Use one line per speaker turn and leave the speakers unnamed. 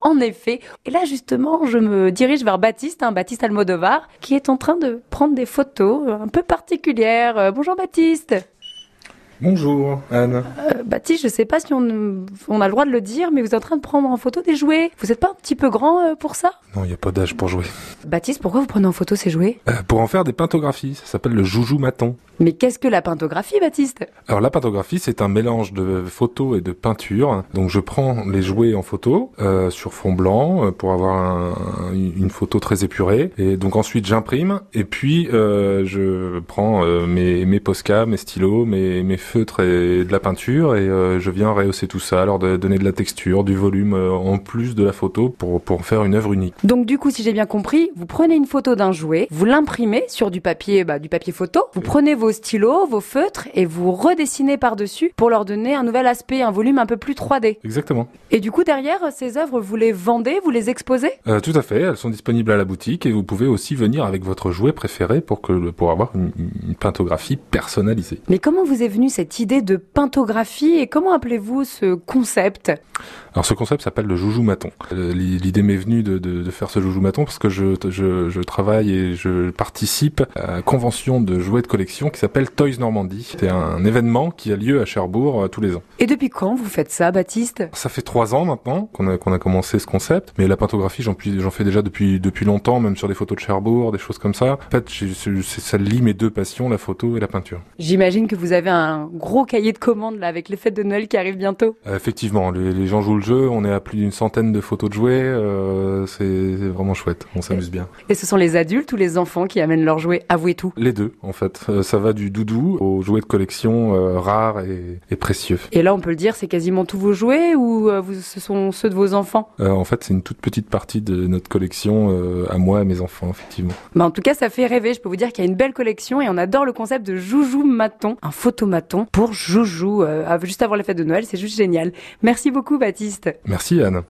en effet. Et là, justement, je me dirige vers Baptiste, hein, Baptiste Almodovar, qui est en train de prendre des photos euh, un peu particulières. Euh, bonjour Baptiste.
Bonjour Anne.
Euh, Baptiste, je sais pas si on, on, a le droit de le dire, mais vous êtes en train de prendre en photo des jouets. Vous n'êtes pas un petit peu grand euh, pour ça
Non, il n'y a pas d'âge pour jouer.
Baptiste, pourquoi vous prenez en photo ces jouets
euh, Pour en faire des pintographies, ça s'appelle le joujou maton.
Mais qu'est-ce que la pintographie, Baptiste
Alors la pintographie, c'est un mélange de photo et de peinture. Donc je prends les jouets en photo euh, sur fond blanc pour avoir un, une photo très épurée. Et donc ensuite j'imprime et puis euh, je prends euh, mes, mes posca, mes stylos, mes, mes feutres et de la peinture et euh, je viens rehausser tout ça, leur de donner de la texture, du volume euh, en plus de la photo pour, pour faire une œuvre unique.
Donc du coup, si j'ai bien compris, vous prenez une photo d'un jouet, vous l'imprimez sur du papier, bah, du papier photo, vous prenez vos stylos, vos feutres et vous redessinez par-dessus pour leur donner un nouvel aspect, un volume un peu plus 3D.
Exactement.
Et du coup, derrière, ces œuvres, vous les vendez, vous les exposez
euh, Tout à fait, elles sont disponibles à la boutique et vous pouvez aussi venir avec votre jouet préféré pour, que, pour avoir une, une pintographie personnalisée.
Mais comment vous est venue cette idée de pintographie et comment appelez-vous ce concept
Alors ce concept s'appelle le joujou maton. Euh, L'idée m'est venue de, de, de, faire ce joujou maton parce que je, je, je, travaille et je participe à une convention de jouets de collection qui s'appelle Toys Normandie. C'est un événement qui a lieu à Cherbourg euh, tous les ans.
Et depuis quand vous faites ça, Baptiste
Ça fait trois ans maintenant qu'on a, qu'on a commencé ce concept, mais la pintographie j'en, j'en fais déjà depuis, depuis longtemps, même sur des photos de Cherbourg, des choses comme ça. En fait, j'ai, ça lie mes deux passions, la photo et la peinture.
J'imagine que vous avez un un gros cahier de commandes là avec les fêtes de Noël qui arrivent bientôt.
Euh, Effectivement, les, les gens jouent le jeu. On est à plus d'une centaine de photos de jouets. Euh, c'est vraiment chouette. On s'amuse bien.
Et ce sont les adultes ou les enfants qui amènent leurs jouets Avouez tout.
Les deux, en fait. Euh, ça va du doudou aux jouets de collection euh, rares et, et, précieux.
Et là, on peut le dire, c'est quasiment tous vos jouets ou euh, vous, ce sont ceux de vos enfants
Euh, En fait, c'est une toute petite partie de notre collection euh, à moi et mes enfants, effectivement.
Bah, en tout cas, ça fait rêver. Je peux vous dire qu'il y a une belle collection et on adore le concept de joujou maton, un photo pour Joujou. Euh, juste avant les fêtes de Noël, c'est juste génial. Merci beaucoup Baptiste.
Merci Anne.